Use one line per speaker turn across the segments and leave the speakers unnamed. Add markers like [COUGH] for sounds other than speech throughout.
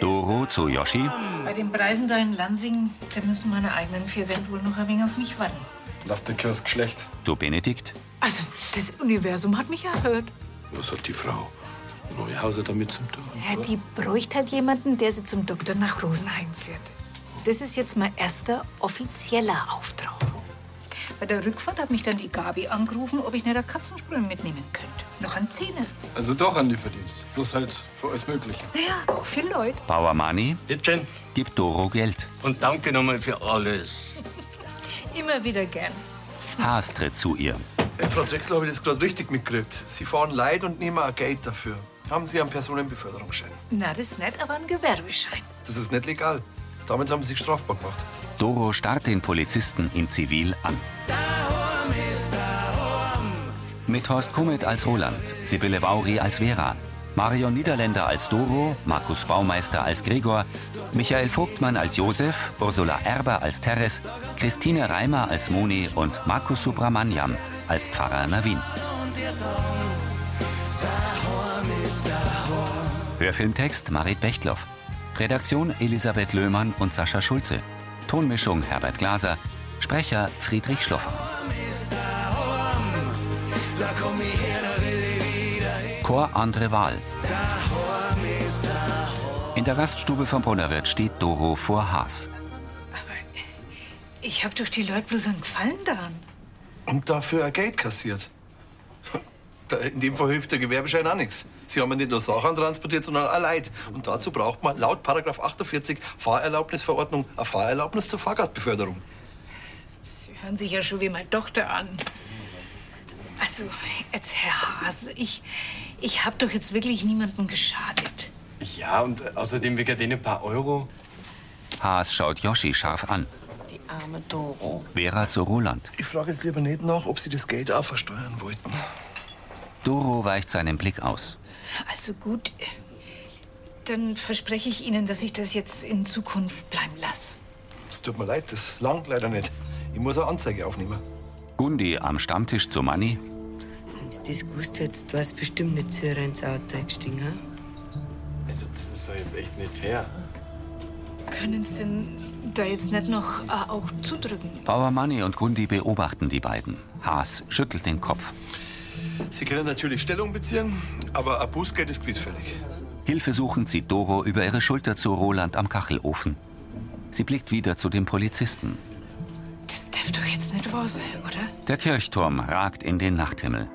Doro zu Yoshi.
Bei den Preisen da in Lansing, da müssen meine eigenen vier Wände wohl noch ein wenig auf mich warten.
Nach der Kurs schlecht.
Zu Benedikt.
Also, das Universum hat mich erhört.
Was hat die Frau Neuhauser damit zu tun?
Ja, die bräuchte halt jemanden, der sie zum Doktor nach Rosenheim führt. Das ist jetzt mein erster offizieller Auftrag. Bei der Rückfahrt hat mich dann die Gabi angerufen, ob ich nicht eine Katzensprung mitnehmen könnte. Noch ein Zehner.
Also doch an die Verdienst. Bloß halt für alles Mögliche.
Naja, auch viel Leute.
Bauer Mani
Bittchen.
gibt Doro Geld.
Und danke nochmal für alles.
Immer wieder gern.
Haas tritt zu ihr.
Äh, Frau Drechsler, habe ich das gerade richtig mitgekriegt. Sie fahren Leid und nehmen auch Geld dafür. Haben Sie einen Personenbeförderungsschein?
Na, das ist nett, aber ein Gewerbeschein.
Das ist nicht legal. Damit haben Sie sich strafbar gemacht.
Doro starrt den Polizisten in Zivil an. Mit Horst Kummet als Roland, Sibylle Vauri als Vera, Marion Niederländer als Doro, Markus Baumeister als Gregor, Michael Vogtmann als Josef, Ursula Erber als Teres, Christine Reimer als Moni und Markus Subramaniam als Pfarrer Navin. Hörfilmtext Marit Bechtloff. Redaktion Elisabeth Löhmann und Sascha Schulze. Tonmischung Herbert Glaser. Sprecher Friedrich Schloffer. Chor Andre Wahl. In der Gaststube von Brunnerwirt steht Doro vor Haas.
Ich hab doch die Leute bloß einen Gefallen daran.
Und dafür ein Geld kassiert. Da- In dem Fall hilft der Gewerbeschein auch nichts. Sie haben ja nicht nur Sachen transportiert, sondern auch Leid. Und dazu braucht man laut Paragraph 48 Fahrerlaubnisverordnung eine Fahrerlaubnis zur Fahrgastbeförderung.
Sie hören sich ja schon wie meine Tochter an. Also, jetzt, Herr Haas, ich, ich hab doch jetzt wirklich niemandem geschadet.
Ja, und äh, außerdem wegen denen ein paar Euro.
Haas schaut Yoshi scharf an.
Die arme Doro.
Vera zu Roland.
Ich frage jetzt lieber nicht nach, ob Sie das Geld auch versteuern wollten.
Doro weicht seinen Blick aus.
Also gut, dann verspreche ich Ihnen, dass ich das jetzt in Zukunft bleiben lasse.
Es tut mir leid, das langt leider nicht. Ich muss eine Anzeige aufnehmen.
Gundi am Stammtisch zu Manni.
Wenn du das gewusst hättest, wärst du bestimmt nicht zu ins Auto eingestiegen. hä?
Also, das ist doch jetzt echt nicht fair.
Können Sie denn da jetzt nicht noch äh, auch zudrücken?
Bauer Manni und Gundi beobachten die beiden. Haas schüttelt den Kopf.
Sie können natürlich Stellung beziehen, aber ein Bußgeld ist gewiss fällig.
Hilfesuchend sieht Doro über ihre Schulter zu Roland am Kachelofen. Sie blickt wieder zu dem Polizisten.
Das darf doch jetzt nicht wahr sein, oder?
Der Kirchturm ragt in den Nachthimmel.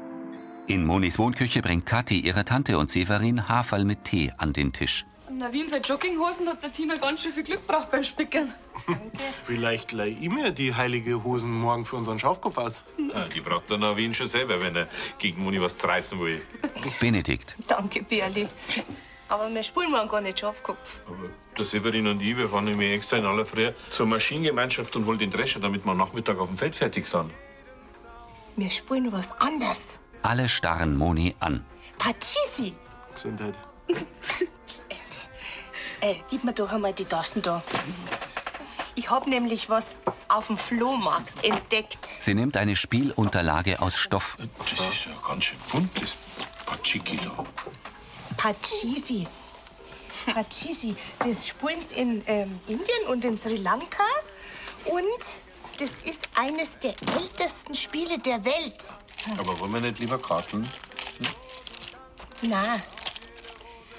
In Monis Wohnküche bringt Kathi ihre Tante und Severin Haferl mit Tee an den Tisch.
Navin, seit Jogginghosen hat der Tina ganz schön viel Glück braucht beim Spicken.
Vielleicht leih ich mir die heilige Hosen morgen für unseren Schaufkopf aus.
Ah, Die braucht der Navin schon selber, wenn er gegen Uni was zerreißen will.
Benedikt.
Danke, Berli. Aber wir spielen morgen gar nicht Schafkopf.
Aber der Severin und ich, wir fahren nämlich extra in aller Früh zur Maschinengemeinschaft und holen den Drescher, damit wir am Nachmittag auf dem Feld fertig sind.
Wir spielen was anderes.
Alle starren Moni an.
Pachisi.
Gesundheit.
Ey, Äh, gib mir doch einmal die Taschen da. Ich hab nämlich was auf dem Flohmarkt entdeckt.
Sie nimmt eine Spielunterlage aus Stoff.
Das ist ja ganz schön bunt, das Patschiki da.
Pachisi. Pachisi. Das spielen sie in ähm, Indien und in Sri Lanka. Und das ist eines der ältesten Spiele der Welt.
Aber wollen wir nicht lieber karteln?
Na,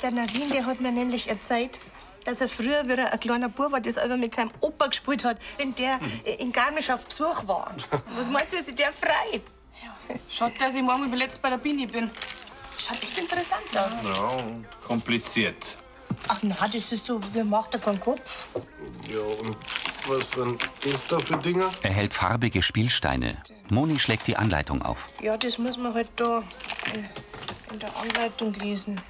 der Navin, der hat mir nämlich erzählt, dass er früher, wie er ein kleiner Bub war, das immer mit seinem Opa gespielt hat, wenn der äh, in Garmisch auf Besuch war. Was meinst du, wie sich der freut?
Schaut, dass ich morgen überletzt bei der Bini bin. Schaut echt interessant aus.
Ja, und kompliziert.
Ach na, das ist so, wir macht da keinen Kopf.
Ja, und was sind das da für Dinger?
Er hält farbige Spielsteine. Moni schlägt die Anleitung auf.
Ja, das muss man halt da in, in der Anleitung lesen.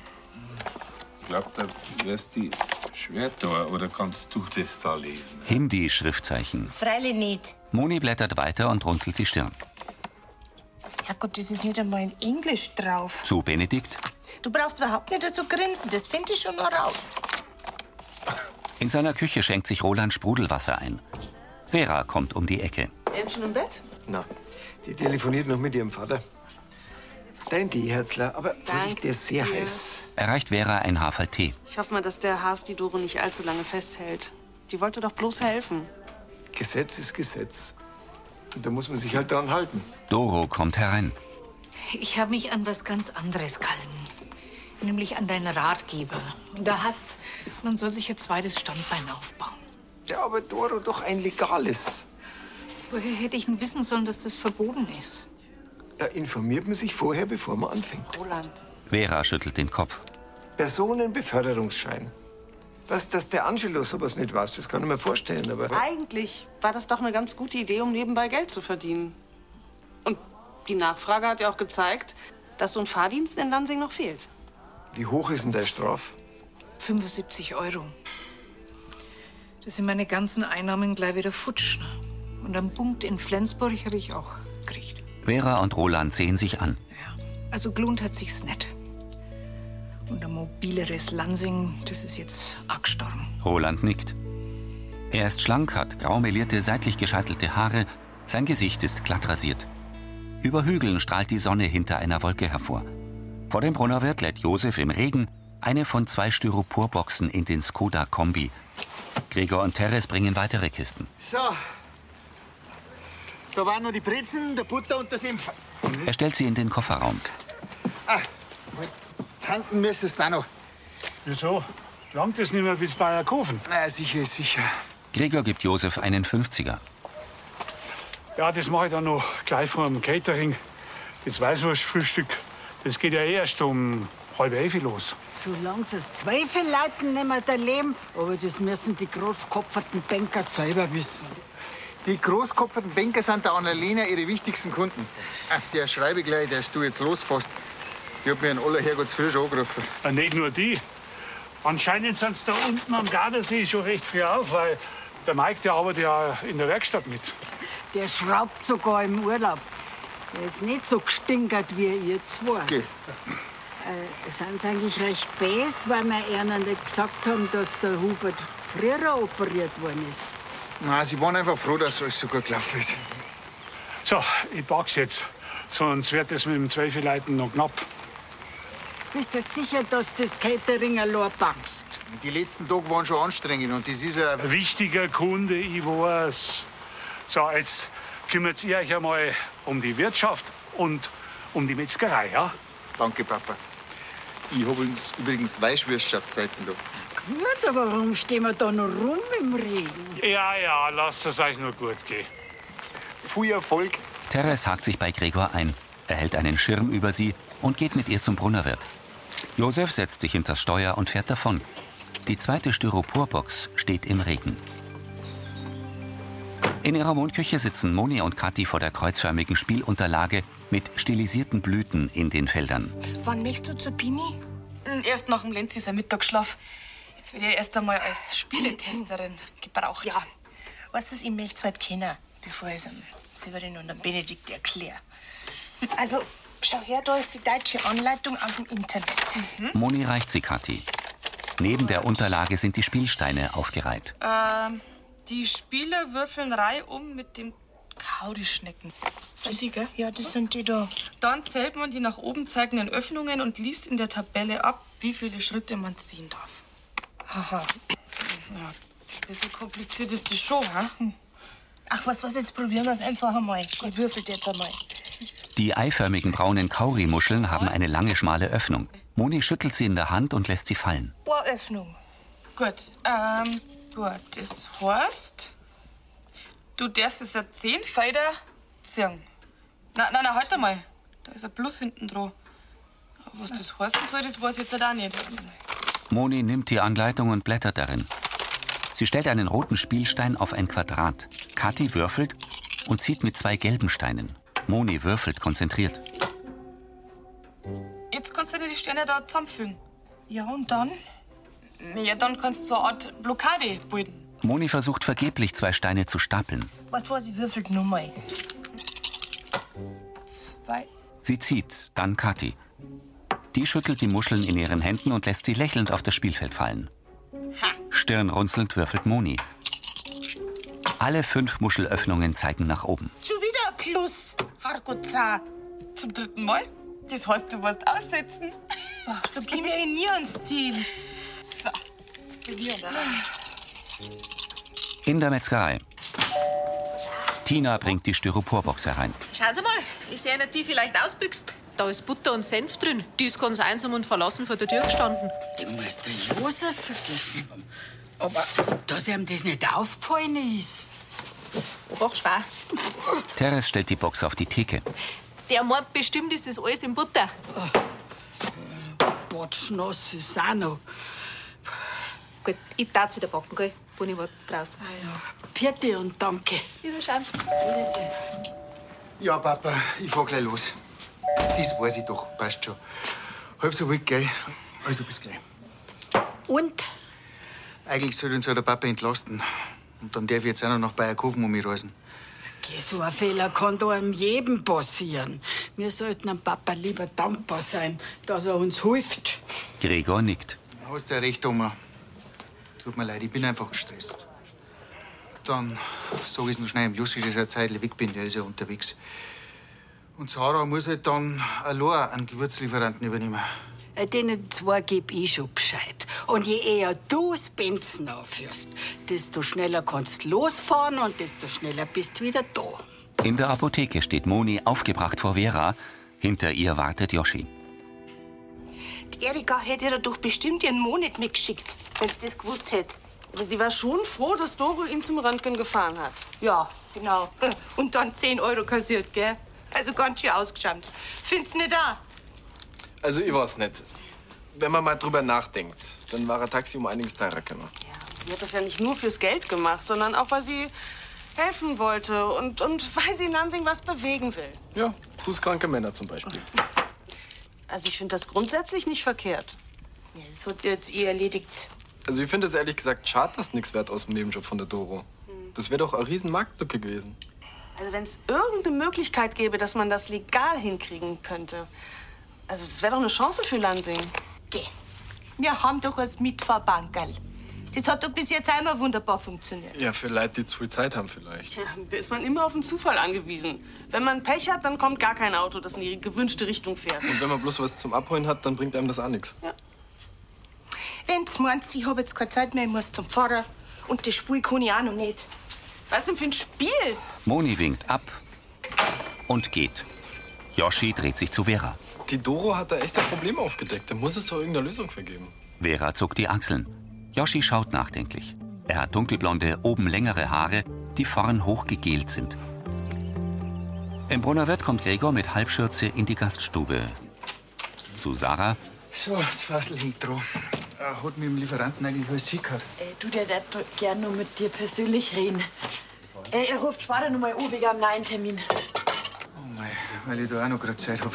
Ich glaub, da wärst die schwer da, oder kannst du das da lesen?
Hindi-Schriftzeichen.
Freilich nicht.
Moni blättert weiter und runzelt die Stirn.
Herrgott, das ist nicht einmal in Englisch drauf.
Zu Benedikt.
Du brauchst überhaupt nicht so grinsen, das finde ich schon noch raus.
In seiner Küche schenkt sich Roland Sprudelwasser ein. Vera kommt um die Ecke.
Eben schon im Bett?
Na, die telefoniert noch mit ihrem Vater.
Dein Teeherzler, aber
Danke
wirklich, der ist sehr
dir.
heiß.
Erreicht Vera ein Haferl Tee.
Ich hoffe mal, dass der Haas die Dore nicht allzu lange festhält. Die wollte doch bloß helfen.
Gesetz ist Gesetz. Und da muss man sich halt dran halten.
Doro kommt herein.
Ich habe mich an was ganz anderes gehalten. Nämlich an deinen Ratgeber. Und da hast, man soll sich ein zweites Standbein aufbauen.
Ja, aber Doro, doch ein legales.
Woher hätte ich denn wissen sollen, dass das verboten ist?
Da informiert man sich vorher, bevor man anfängt.
Roland.
Vera schüttelt den Kopf.
Personenbeförderungsschein. Was, dass der Angelo sowas nicht weiß, das kann ich mir vorstellen, aber...
Eigentlich war das doch eine ganz gute Idee, um nebenbei Geld zu verdienen. Und die Nachfrage hat ja auch gezeigt, dass so ein Fahrdienst in Lansing noch fehlt.
Wie hoch ist denn der Straf?
75 Euro. Das sind meine ganzen Einnahmen gleich wieder futsch. ne? Und am Punkt in Flensburg habe ich auch.
Vera und Roland sehen sich an.
Also gelohnt hat sich's nicht. Und ein mobileres Lansing, das ist jetzt arg storm.
Roland nickt. Er ist schlank, hat grau melierte, seitlich gescheitelte Haare, sein Gesicht ist glatt rasiert. Über Hügeln strahlt die Sonne hinter einer Wolke hervor. Vor dem Brunnerwirt lädt Josef im Regen eine von zwei Styroporboxen in den Skoda-Kombi. Gregor und Teres bringen weitere Kisten.
So. Da waren noch die Brezeln, der Butter und das Impfen.
Er stellt sie in den Kofferraum.
Ah, halt, tanken müsstest du auch noch.
Wieso? Langt es nicht mehr bis Bayerkofen?
Na, sicher ist sicher.
Gregor gibt Josef einen 50er.
Ja, das mache ich dann noch gleich vor dem Catering. Das Weißwurstfrühstück, das geht ja erst um halb elf los.
Solange es Zweifel leiten, nicht mehr dein Leben. Aber das müssen die großkopferten Banker selber wissen.
Die großkopferten Banker sind der Annalena ihre wichtigsten Kunden. Ach, der schreibe gleich, dass du jetzt losfährst. Die hat mir in aller Herrgottsfrüh schon angerufen.
Äh, nicht nur die. Anscheinend sind sie da unten am Gardasee schon recht früh auf, weil der Mike, der arbeitet ja in der Werkstatt mit.
Der schraubt sogar im Urlaub. Der ist nicht so gestinkert wie ihr zwei.
Geh.
Äh, sind sie eigentlich recht bäs, weil wir ihnen nicht gesagt haben, dass der Hubert früher operiert worden ist.
Na, sie waren einfach froh, dass alles so gut gelaufen ist.
So, ich pack's jetzt. Sonst wird es mit dem Zweifelleiten noch knapp.
Bist du sicher, dass das Catering allein packst?
Die letzten Tage waren schon anstrengend und das ist ein...
Wichtiger Kunde, ich weiß. So, jetzt kümmert ihr euch einmal um die Wirtschaft und um die Metzgerei, ja?
Danke, Papa. Ich habe uns übrigens Weißwirtschaftszeiten da.
Gut, aber warum stehen wir da noch rum im Regen?
Ja, ja, lasst es euch nur gut gehen.
Viel Erfolg.
Teres hakt sich bei Gregor ein. Er hält einen Schirm über sie und geht mit ihr zum Brunnerwirt. Josef setzt sich hinters Steuer und fährt davon. Die zweite Styroporbox steht im Regen. In ihrer Wohnküche sitzen Moni und Kathi vor der kreuzförmigen Spielunterlage mit stilisierten Blüten in den Feldern.
Wann möchtest du zur Bini? Hm, Erst nach dem Lenzis Mittagsschlaf. Jetzt werde ich erst einmal als Spieletesterin gebraucht. Ja.
Was ist ihm möchte halt kennen, bevor ich es Severin und dem Benedikt erkläre.
Also, schau her, da ist die deutsche Anleitung aus dem Internet.
Mhm.
Moni reicht sie Kathi. Neben der Unterlage sind die Spielsteine aufgereiht.
Ähm, die Spieler würfeln Reihe um mit dem Kaurischnecken. Sind die, gell? Ja, das sind die da. Dann zählt man die nach oben zeigenden Öffnungen und liest in der Tabelle ab, wie viele Schritte man ziehen darf.
Haha.
Ja, ein bisschen kompliziert ist das schon, hä?
Hm. Ach, was, was, jetzt probieren wir es einfach einmal. Gut, würfelt jetzt einmal.
Die eiförmigen braunen Kaurimuscheln haben eine lange, schmale Öffnung. Moni schüttelt sie in der Hand und lässt sie fallen.
Ohröffnung. Gut, ähm, gut, das heißt, du darfst jetzt eine 10 Feider ziehen. Na, na, na, halt einmal. Da ist ein Plus hinten dran. Aber Was das heißen soll, das weiß ich jetzt auch nicht. Also,
Moni nimmt die Anleitung und blättert darin. Sie stellt einen roten Spielstein auf ein Quadrat. Kathi würfelt und zieht mit zwei gelben Steinen. Moni würfelt konzentriert.
Jetzt kannst du dir die Sterne da zusammenfügen. Ja, und dann? Ja, dann kannst du so eine Art Blockade bilden.
Moni versucht vergeblich, zwei Steine zu stapeln.
Was, was, ich würfelt nur mal.
Zwei.
Sie zieht, dann Kathi. Die schüttelt die Muscheln in ihren Händen und lässt sie lächelnd auf das Spielfeld fallen. Stirnrunzelnd würfelt Moni. Alle fünf Muschelöffnungen zeigen nach oben.
Schon wieder ein Plus, Hargutza.
Zum dritten Mal? Das heißt, du wirst aussetzen.
So gehen wir ihn nie ans Ziel.
So, jetzt probieren wir.
In der Metzgerei. Tina bringt die Styroporbox herein.
Schauen Sie mal, ich sehe einer, die vielleicht ausbüchst.
Da ist Butter und Senf drin. Die ist ganz einsam und verlassen vor der Tür gestanden.
Den muss der Josef vergessen haben. Aber dass ihm das nicht aufgefallen ist.
Oh, Doch, schwer.
Teres stellt die Box auf die Theke.
Der meint bestimmt, ist das alles in Butter.
Botschnass ist auch noch.
Gut, ich darf wieder backen, gell? Bunny war draußen.
Ah Vierte und danke.
Wiederschauen.
Ja, Papa, ich fahr gleich los. Das weiß ich doch, passt schon. Halb so wild, gell? Also bis gleich.
Und?
Eigentlich sollte uns ja der Papa entlasten. Und dann darf ich jetzt auch noch nach Bayerkofen um umreisen.
Geh, So ein Fehler kann da einem jedem passieren. Wir sollten dem Papa lieber dankbar sein, dass er uns hilft.
Gregor nickt.
Hast ja recht, Oma. Tut mir leid, ich bin einfach gestresst. Dann sag ich's noch schnell im Jussi, dass ich eine Zeit weg bin, der ist ja unterwegs. Und Sarah muss halt dann allein einen Gewürzlieferanten übernehmen.
Äh, Denen zwei geb ich schon Bescheid. Und je eher du das Benzen aufhörst, desto schneller kannst du losfahren und desto schneller bist du wieder da.
In der Apotheke steht Moni aufgebracht vor Vera. Hinter ihr wartet Joschi.
Die Erika hätte er doch bestimmt ihren Monat mitgeschickt, wenn sie das gewusst hätte.
Aber sie war schon froh, dass Doro ihn zum Röntgen gefahren hat.
Ja, genau. Und dann 10 Euro kassiert, gell? Also ganz schön ausgeschammt. Find's nicht da?
Also, ich weiß nicht. Wenn man mal drüber nachdenkt, dann war ein Taxi um einiges teurer geworden.
Sie hat das ja nicht nur fürs Geld gemacht, sondern auch, weil sie helfen wollte und, und weil sie in Lansing was bewegen will.
Ja, fußkranke Männer zum Beispiel.
Also ich finde das grundsätzlich nicht verkehrt.
Das hat sie jetzt eh erledigt.
Also, ich finde es ehrlich gesagt schade, dass nichts wert aus dem Nebenjob von der Doro. Das wäre doch eine riesen Marktlücke gewesen.
Also wenn es irgendeine Möglichkeit gäbe, dass man das legal hinkriegen könnte. Also das wäre doch eine Chance für Lansing.
Geh. Wir haben doch ein Mitfahrbankerl. Das hat doch bis jetzt einmal wunderbar funktioniert.
Ja, für Leute, die zu viel Zeit haben, vielleicht.
Ja, da ist man immer auf den Zufall angewiesen. Wenn man Pech hat, dann kommt gar kein Auto, das in die gewünschte Richtung fährt.
Und wenn man bloß was zum Abholen hat, dann bringt einem das auch nichts.
Wenn's meint, ich hab jetzt keine Zeit mehr, ich muss zum Pfarrer. Und das Spiel kann ich auch noch nicht.
Was denn für ein Spiel?
Moni winkt ab und geht. Joschi dreht sich zu Vera.
Die Doro hat da echt ein Problem aufgedeckt. Da muss es doch irgendeine Lösung vergeben.
Vera zuckt die Achseln. Joschi schaut nachdenklich. Er hat dunkelblonde, oben längere Haare, die vorn hochgegelt sind. Im Brunnerwirt kommt Gregor mit Halbschürze in die Gaststube. Zu Sarah.
So, das Fassel hängt dran. Äh, Hat mit dem Lieferanten eigentlich alles hingehört.
Äh, Du, der darf gern nur mit dir persönlich reden. Äh, Er ruft später noch mal an wegen einem neuen Termin.
Oh Weil ich da auch noch gerade Zeit hab.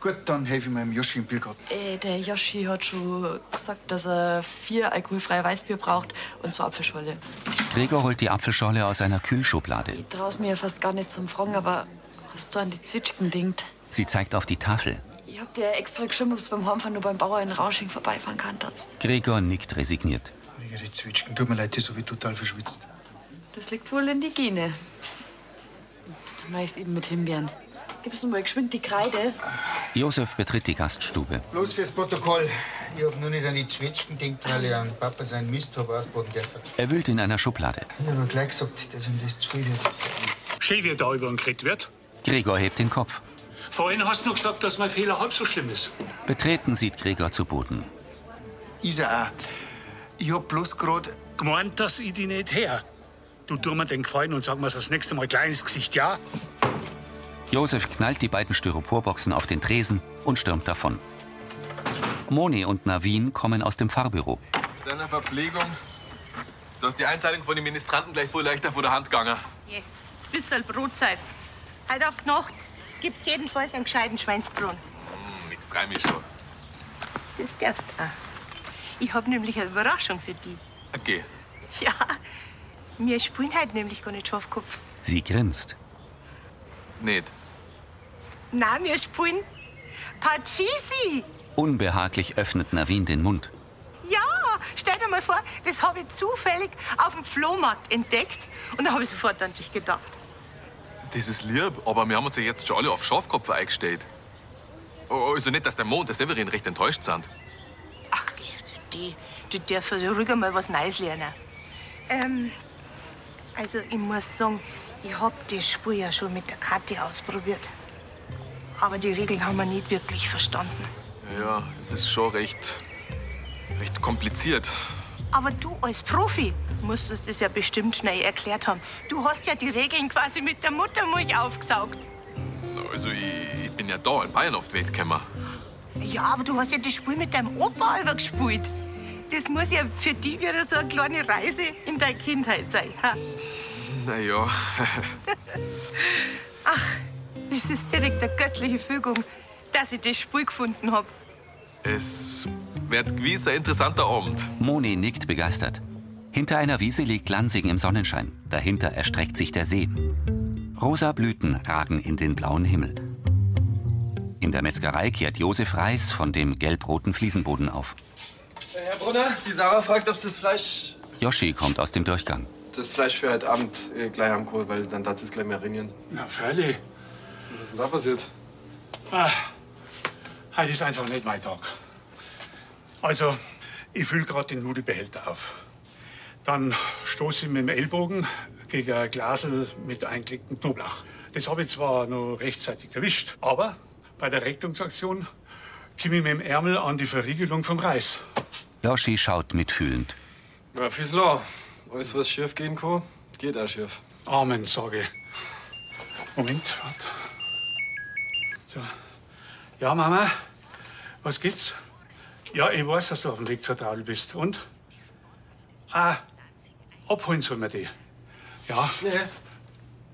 Gut, dann helfe ich meinem Joschi im Biergarten.
Äh, Der Yoshi hat schon gesagt, dass er vier alkoholfreie Weißbier braucht, und zwar Apfelschorle.
Gregor holt die Apfelschorle aus einer Kühlschublade.
Ich trau's mir ja fast gar nicht zum Fragen, aber hast du an die Zwitschgen denkt?
Sie zeigt auf die Tafel.
Ich hab dir extra geschrieben, ob's beim Heimfahren nur beim Bauer in Rausching vorbeifahren kann, darfst.
Gregor nickt resigniert.
Wegen die Zwetschgen. Tut mir leid, das hab ich total verschwitzt.
Das liegt wohl in die Gene. Dann mach ich's eben mit Himbeeren. Gibst du mal geschwind die Kreide?
Josef betritt die Gaststube.
Bloß fürs Protokoll. Ich hab nur nicht an die Zwetschgen gedacht, weil ich an Papa seinen Mist hab ausbaden dürfen.
Er wühlt in einer Schublade.
Ich hab ja gleich gesagt, dass ihm das zu viel wird.
Schön, wie da über den geredet wird.
Gregor hebt den Kopf.
Vorhin hast du noch gesagt, dass mein Fehler halb so schlimm ist.
Betreten sieht Gregor zu Boden.
Ist er auch. Ich hab bloß grad.
Gemeint, dass ich die nicht her. Du tu mir den Gefallen und sag mir das nächste Mal klein ins Gesicht, ja?
Josef knallt die beiden Styroporboxen auf den Tresen und stürmt davon. Moni und Navin kommen aus dem Fahrbüro.
Mit deiner Verpflegung, dass die Einteilung von den Ministranten gleich voll leichter vor der Hand gegangen.
Je, es ist bissl Brotzeit. Heute auf die Nacht gibt's jedenfalls einen gescheiten Schweinsbrunnen.
Hm, Ich freu mich schon.
Das darfst du auch. Ich hab nämlich eine Überraschung für dich. [LAUGHS]
Okay.
Ja, wir spielen heute nämlich gar nicht Schafkopf.
Sie grinst.
Nicht.
Nein, wir spielen Pachisi.
Unbehaglich öffnet Navin den Mund.
Ja, stell dir mal vor, das habe ich zufällig auf dem Flohmarkt entdeckt. Und da habe ich sofort an dich gedacht.
Das ist lieb, aber wir haben uns ja jetzt schon alle auf Schafkopf eingestellt. Oh, Also nicht, dass der Mond, der Severin, recht enttäuscht sind.
Die, die dürfen so ruhig mal was Neues lernen. Ähm, also ich muss sagen, ich hab das Spiel ja schon mit der Karte ausprobiert. Aber die Regeln haben wir nicht wirklich verstanden.
Ja, es ist schon recht, recht kompliziert.
Aber du als Profi musst uns das ja bestimmt schnell erklärt haben. Du hast ja die Regeln quasi mit der Muttermilch aufgesaugt.
Also ich, ich bin ja da in Bayern auf die Welt gekommen.
Ja, aber du hast ja das Spiel mit deinem Opa übergespielt. Das muss ja für dich wieder so eine kleine Reise in deine Kindheit sein. Ha?
[LAUGHS] Naja,
Ach, das ist direkt eine göttliche Fügung, dass ich das Spiel gefunden habe.
es wird gewiss ein interessanter Abend.
Moni nickt begeistert. Hinter einer Wiese liegt Lansing im Sonnenschein. Dahinter erstreckt sich der See. Rosa Blüten ragen in den blauen Himmel. In der Metzgerei kehrt Josef Reis von dem gelb-roten Fliesenboden auf.
Herr Brunner, die Sarah fragt, ob Sie das Fleisch,
Joschi kommt aus dem Durchgang.
das Fleisch für heute Abend äh, gleich haben geholt, weil dann darf sie es gleich marinieren.
Na, freilich.
Was ist denn da passiert?
Ah, heute ist einfach nicht mein Tag. Also, ich fülle gerade den Nudelbehälter auf. Dann stoße ich mit dem Ellbogen gegen ein Glasel mit eingelegtem Knoblauch. Das habe ich zwar noch rechtzeitig erwischt, aber bei der Rettungsaktion komme ich mit dem Ärmel an die Verriegelung vom Reis.
Joschi schaut mitfühlend.
Na, Fiesler, alles, was schief gehen kann, geht auch schief.
Amen, sage ich. Moment, warte. So. Ja, Mama, was gibt's? Ja, ich weiß, dass du auf dem Weg zur Traudel bist. Und? Ah, abholen sollen wir die. Ja.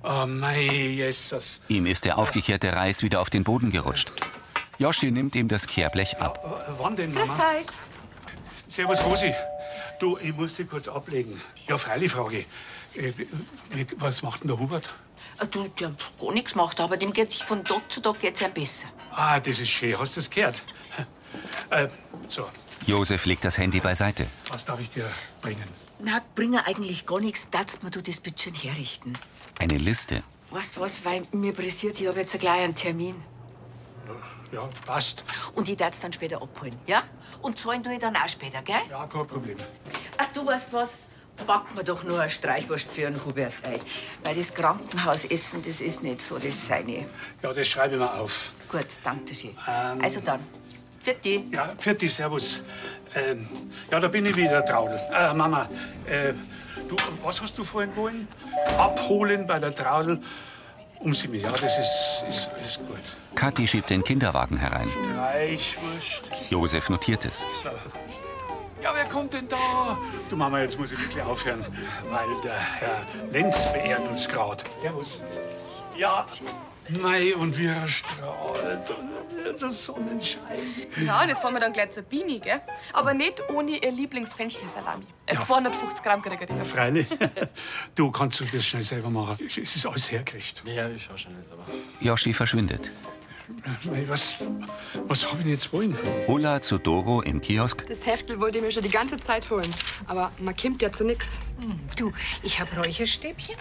Oh, mein Jesus.
Ihm ist der aufgekehrte Reis wieder auf den Boden gerutscht. Joschi nimmt ihm das Kehrblech ab.
W- Wann denn, Mama? Servus, Rosi. Du, ich muss dich kurz ablegen. Ja, freilich, frage ich. Äh, wie- Was macht denn der Hubert?
Ah, Du, der hat gar nichts gemacht, aber dem geht sich von Tag zu Tag geht's ihm besser.
Ah, das ist schön. Hast du das gehört? Äh, so,
Josef legt das Handy beiseite.
was darf ich dir bringen?
Na, bringe eigentlich gar nichts, darfst mir du das bitte schön herrichten.
Eine Liste.
Weißt du was, weil mir pressiert, ich habe jetzt gleich einen Termin.
Ja, passt.
Und ich darf's dann später abholen, ja? Und zahlen tue ich dann auch später, gell?
Ja, kein Problem.
Ach, du weißt was? Backen wir doch nur eine Streichwurst für einen Hubert ein. Weil das Krankenhausessen, das ist nicht so das Seine.
Ja, das schreibe ich mir auf. Ähm,
Gut, danke schön. Also dann, für die.
Ja, für die, servus. Ähm, ja, da bin ich wieder, Traudel. Äh, Mama, äh, du, was hast du vorhin wollen? Abholen bei der Traudel um sie mir. Ja, das ist, ist, ist gut.
Kathi schiebt den Kinderwagen herein.
Reichwurst.
Josef notiert es.
So. Ja, wer kommt denn da? Du Mama, jetzt muss ich wirklich aufhören, weil der Herr Lenz beehrt uns gerade. Servus. Ja. Mei, und wie er strahlt. Und der Sonnenschein.
Ja, und jetzt fahren wir dann gleich zur Bini, gell? Aber nicht ohne ihr Lieblingsfenchel-Salami. Äh,
Ja.
250 Gramm kriegt ihr.
Freilich. [LAUGHS] Du, kannst du das schnell selber machen? Es ist alles hergerichtet.
Ja, ich schau schon nicht, aber.
Joschi verschwindet.
Mei, was, was hab ich denn jetzt wollen?
Ulla zu Doro im Kiosk.
Das Heftel wollte ich mir schon die ganze Zeit holen. Aber man kommt ja zu nix. Hm, Du, ich habe Räucherstäbchen.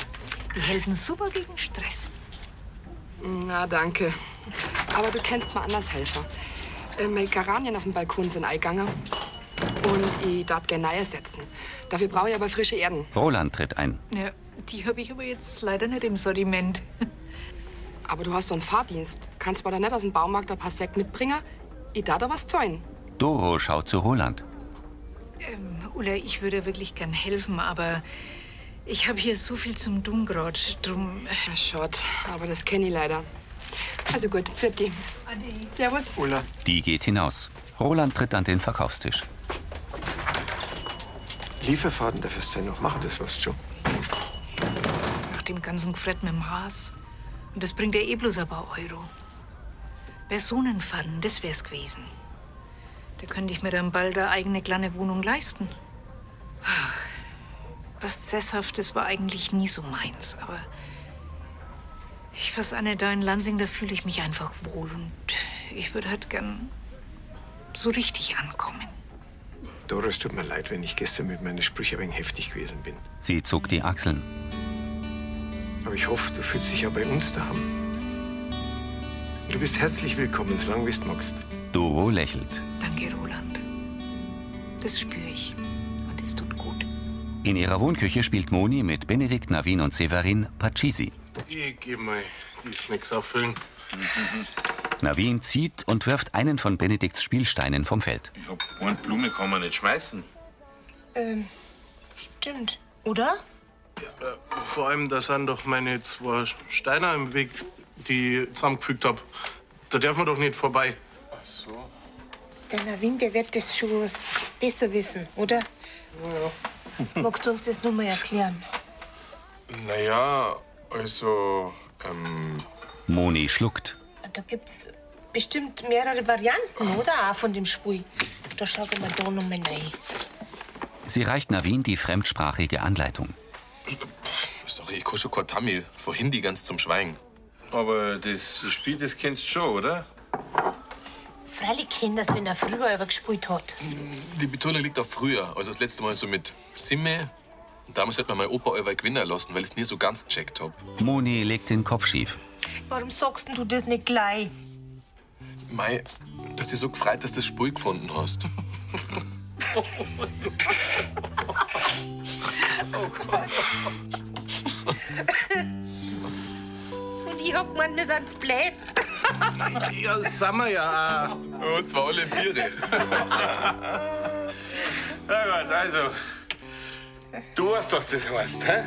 Die helfen super gegen Stress. Na, danke. Aber du kennst mal anders helfen. Äh, Meine Geranien auf dem Balkon sind eingegangen. Und ich darf gerne neue setzen. Dafür brauche ich aber frische Erden.
Roland tritt ein.
Ja, die habe ich aber jetzt leider nicht im Sortiment. Aber du hast so einen Fahrdienst. Kannst mal da nicht aus dem Baumarkt ein paar Sekt mitbringen? Ich darf da was zäunen.
Doro schaut zu Roland.
Ähm, Ulla, ich würde wirklich gern helfen, aber ich habe hier so viel zum Tun gerade. Drum. äh, Schott, aber das kenne ich leider. Also gut, für die. Servus.
Ulla. Die geht hinaus. Roland tritt an den Verkaufstisch.
Lieferfaden darfst du denn noch machen, das weißt du schon.
Nach dem ganzen Gefrett mit dem Haas. Und das bringt ja eh bloß ein paar Euro. Personenfaden, das wär's gewesen. Da könnte ich mir dann bald eine eigene kleine Wohnung leisten. Was Sesshaftes war eigentlich nie so meins, aber ich weiß eine da in Lansing, da fühle ich mich einfach wohl und ich würde halt gern so richtig ankommen.
Dora, es tut mir leid, wenn ich gestern mit meinen Sprüchen ein wenig heftig gewesen bin.
Sie zuckt die Achseln.
Aber ich hoffe, du fühlst dich ja bei uns daheim.
Du bist herzlich willkommen, solange wie du magst.
Doro lächelt.
Danke, Roland. Das spüre ich. Und es tut gut.
In ihrer Wohnküche spielt Moni mit Benedikt, Navin und Severin Pachisi.
Ich geh mal die Snacks auffüllen.
Navin zieht und wirft einen von Benedikts Spielsteinen vom Feld.
Ich hab eine Blume kann man nicht schmeißen.
Ähm, stimmt, oder?
Vor allem, da sind doch meine zwei Steine im Weg, die ich zusammengefügt habe. Da darf man doch nicht vorbei. Ach so.
Der Navin, der wird das schon besser wissen, oder? Magst du uns das nur mal erklären?
Naja, also. Ähm,
Moni schluckt.
Da gibt's bestimmt mehrere Varianten, oder? Auch von dem Spui. Da schauen wir da noch mal rein.
Sie reicht Navin die fremdsprachige Anleitung.
eh
Sorry, ich kann schon kein Tamil. Vor Hindi ganz zum Schweigen. Aber das Spiel, das kennst du schon, oder?
Freilich kennt das, wenn er früher ever gespielt hat.
Die Betonung liegt auf früher, also das letzte Mal so mit Simme. Und damals hat mir mein Opa euer Gewinner lassen, weil ich es nie so ganz gecheckt hab.
Moni legt den Kopf schief.
Warum sagst denn du das nicht gleich?
Mei, dass dich so gefreut, dass du das Spul gefunden hast.
[LAUGHS]
Oh [LAUGHS] Und ich hab gemeint, wir sind's blöd.
Ja, sind wir ja. Und zwar alle Viere.
Na gut, also. Du weißt, was das heißt, hä?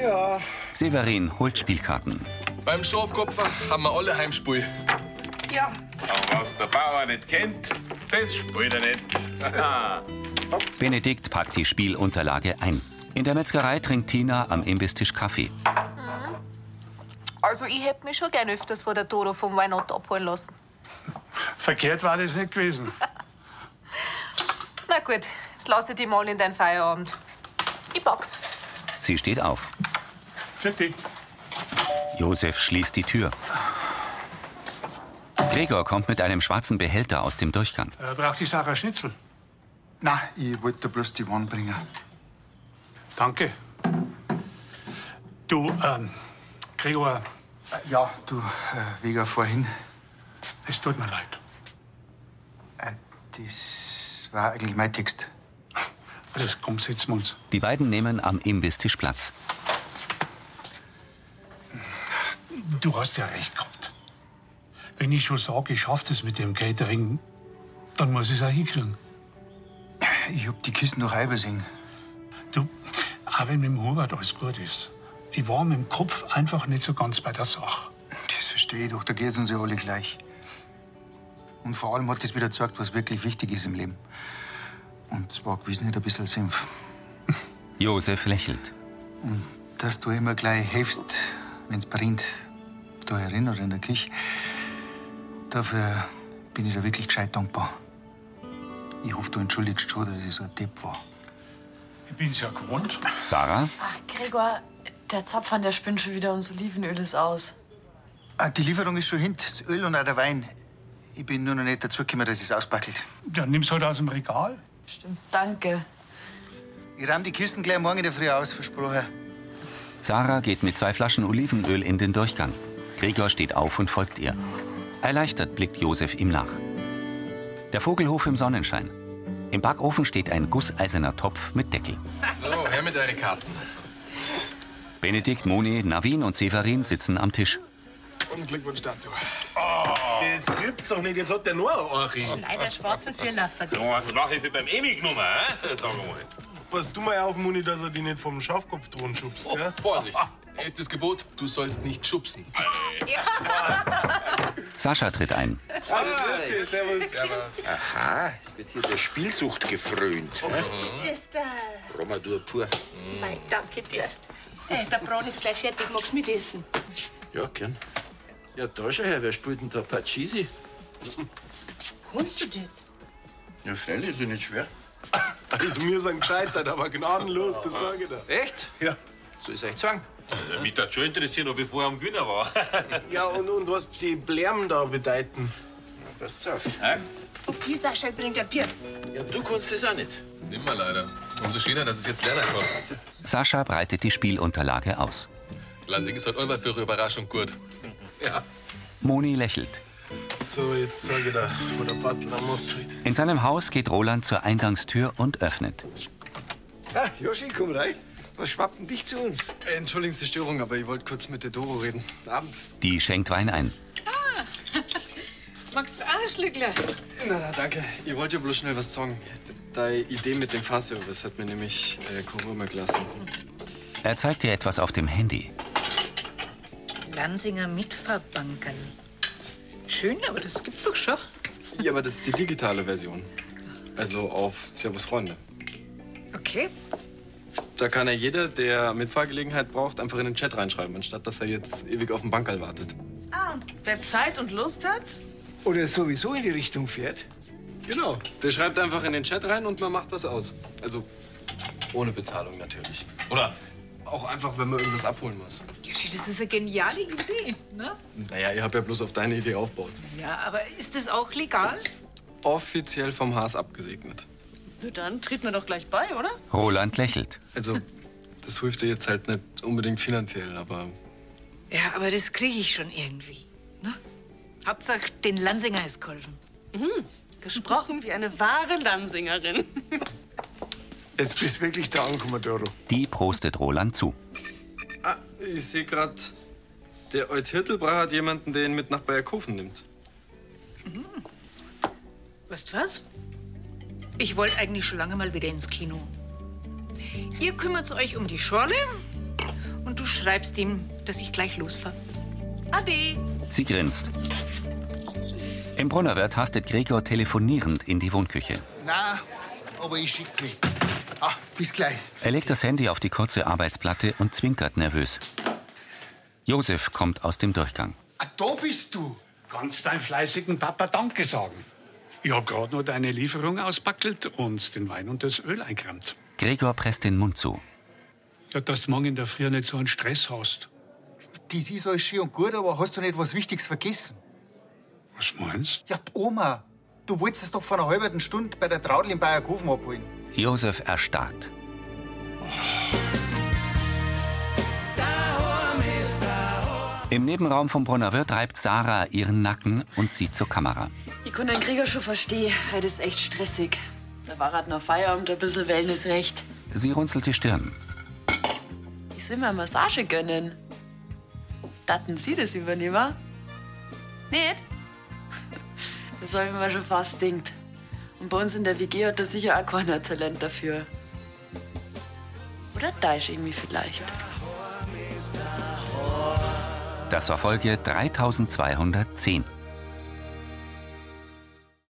Ja.
Severin holt Spielkarten.
Beim Schafkopfer haben wir alle Heimspul.
Ja.
Aber was der Bauer nicht kennt, das spielt er nicht. Ah.
Benedikt packt die Spielunterlage ein. In der Metzgerei trinkt Tina am Imbistisch Kaffee.
Also, ich hätte mich schon gern öfters vor der Doro vom Weihnacht abholen lassen.
Verkehrt war das nicht
[LAUGHS]
gewesen.
Na gut, jetzt lasse ich dich mal in deinen Feierabend. Ich pack's.
Sie steht auf.
Fertig.
Josef schließt die Tür. Gregor kommt mit einem schwarzen Behälter aus dem Durchgang.
Äh, braucht die Sarah Schnitzel?
Nein, ich wollte bloß die One bringen.
Danke. Du, ähm, Gregor,
Ja, du, äh, wegen vorhin.
Es tut mir leid.
Das war eigentlich mein Text.
Das kommt, setzen wir uns.
Die beiden nehmen am Imbistisch Platz.
Du hast ja recht gehabt. Wenn ich schon sage, ich schaff das mit dem Catering, dann muss ich es auch hinkriegen.
Ich hab die Kisten noch einbesehen.
Du, auch wenn mit dem Hubert alles gut ist, ich war mit dem Kopf einfach nicht so ganz bei der Sache.
Das verstehe ich doch, da geht's uns ja alle gleich. Und vor allem hat das wieder gezeigt, was wirklich wichtig ist im Leben. Und zwar gewiss nicht ein bisschen Senf.
Josef lächelt.
Und dass du immer gleich hilfst, wenn's brennt, da erinnere in der Küche. Dafür bin ich dir wirklich gescheit dankbar. Ich hoffe, du entschuldigst schon, dass ich so ein Depp war.
Ich bin's ja gewohnt.
Sarah?
Ah, Gregor, der Zapf an der spinnt schon wieder und das Olivenöl ist aus.
Ah, Die Lieferung ist schon hin, das Öl und auch der Wein. Ich bin nur noch nicht dazu gekommen, dass es auspackelt.
Dann nimm's halt aus dem Regal.
Stimmt, danke.
Ich rahm die Kisten gleich morgen in der Früh aus, versprochen.
Sarah geht mit zwei Flaschen Olivenöl in den Durchgang. Gregor steht auf und folgt ihr. Erleichtert blickt Josef ihm nach. Der Vogelhof im Sonnenschein. Im Backofen steht ein gusseiserner Topf mit Deckel.
So, her mit euren Karten.
Benedikt, Moni, Navin und Severin sitzen am Tisch.
Und Glückwunsch dazu. Oh. Das gibt's doch nicht, jetzt hat der nur eine Archi.
Leider schwarz und viel Laffer.
So was mache ich beim Emi genommen, hä? Sag mal.
Pass du mal auf, Muni, dass er die nicht vom Schafkopf drohen schubst, gell?
Oh, Vorsicht. Elftes Gebot, du sollst nicht schubsen.
Sascha tritt ein.
Ah,
ist Servus.
Aha, wird hier der Spielsucht gefrönt.
Oh,
Mhm.
Ist das da?
Romadur pur.
Nein, danke dir. Äh, der Braun ist gleich fertig, magst du mitessen?
Ja, gern. Ja, da schau her, wer spielt denn da Pachisi?
Kannst du das?
Ja, freilich, ist ja nicht schwer.
Also, wir sind gescheitert, aber gnadenlos, das sage ich dir.
Echt?
Ja.
So ist echt sagen.
Also, Mich hat schon interessiert, ob ich vorher am Gewinner war.
Ja, und, und was die Blärmen da bedeuten.
Pass auf.
Und die Sascha bringt ein Bier.
Ja, du kannst das auch nicht.
Nimmer leider. Umso schöner, dass es jetzt lernen kann.
Sascha breitet die Spielunterlage aus.
halt Lansing ist heute immer für ihre Überraschung gut. Ja.
Moni lächelt.
So, jetzt zeige ich dir, wo der Butler muss.
In seinem Haus geht Roland zur Eingangstür und öffnet.
Ah, Joschi, komm rein. Was schwappt denn dich zu uns?
Entschuldigen Sie die Störung, aber ich wollte kurz mit der Doro reden. Abend.
Die schenkt Wein ein.
Ah! [LAUGHS]
Magst du auch Schlückler?
Na, na, danke. Ich wollte ja bloß schnell was sagen. Deine Idee mit dem Fahrservice hat mir nämlich äh, Corona gelassen.
Er zeigt ihr etwas auf dem Handy.
Lansinger Mitfahrbanken. Schön, aber das gibt's doch schon.
Ja, aber das ist die digitale Version. Also auf Servus Freunde.
Okay.
Da kann ja jeder, der Mitfahrgelegenheit braucht, einfach in den Chat reinschreiben, anstatt dass er jetzt ewig auf den Bankerl wartet.
Ah, wer Zeit und Lust hat?
Oder sowieso in die Richtung fährt?
Genau. Der schreibt einfach in den Chat rein und man macht was aus. Also ohne Bezahlung natürlich. Oder auch einfach, wenn man irgendwas abholen muss.
Das ist eine geniale Idee, ne?
Naja, ich habe ja bloß auf deine Idee aufgebaut.
Ja, aber ist das auch legal?
Offiziell vom Haas abgesegnet.
Na dann treten wir doch gleich bei, oder?
Roland lächelt.
Also, das hilft dir jetzt halt nicht unbedingt finanziell, aber
Ja, aber das kriege ich schon irgendwie, ne? Hauptsache, den Lansinger ist geholfen.
Mhm. Gesprochen wie eine wahre Lansingerin.
Jetzt bist du wirklich da angekommen, Doro.
Die prostet Roland zu.
Ah, ich sehe gerade, der Eut Hirtelbrach hat jemanden, den mit nach Bayerkofen nimmt.
Mhm. Weißt du was? Ich wollte eigentlich schon lange mal wieder ins Kino. Ihr kümmert euch um die Schorle und du schreibst ihm, dass ich gleich losfahre. Ade.
Sie grinst. Im Brunnerwirt hastet Gregor telefonierend in die Wohnküche.
Nein, aber ich schicke mich. Ah, bis gleich.
Er legt das Handy auf die kurze Arbeitsplatte und zwinkert nervös. Josef kommt aus dem Durchgang.
Ah, da bist du. Kannst deinem fleißigen Papa Danke sagen. Ich hab gerade nur deine Lieferung auspackelt und den Wein und das Öl eingerammt.
Gregor presst den Mund zu.
Ja, dass du morgen in der Früh nicht so einen Stress hast.
Das ist alles schön und gut, aber hast du nicht was Wichtiges vergessen?
Was meinst
Ja, die Oma. Du wolltest es doch vor einer halben Stunde bei der Traudel in Bayerkofen abholen.
Josef erstarrt. Im Nebenraum vom Brunnerwirt reibt Sarah ihren Nacken und sieht zur Kamera.
Ich kann den Krieger schon verstehen. Heute ist echt stressig. Da war halt noch Feierabend, ein bisschen Wellness recht.
Sie runzelt die Stirn.
Ich soll mir eine Massage gönnen. Daten Sie das übernehmen? Nicht? Das habe ich mir schon fast gedacht. Und bei uns in der WG hat da sicher auch keiner ein Talent dafür. Oder da ist irgendwie vielleicht.
Das war Folge 3210.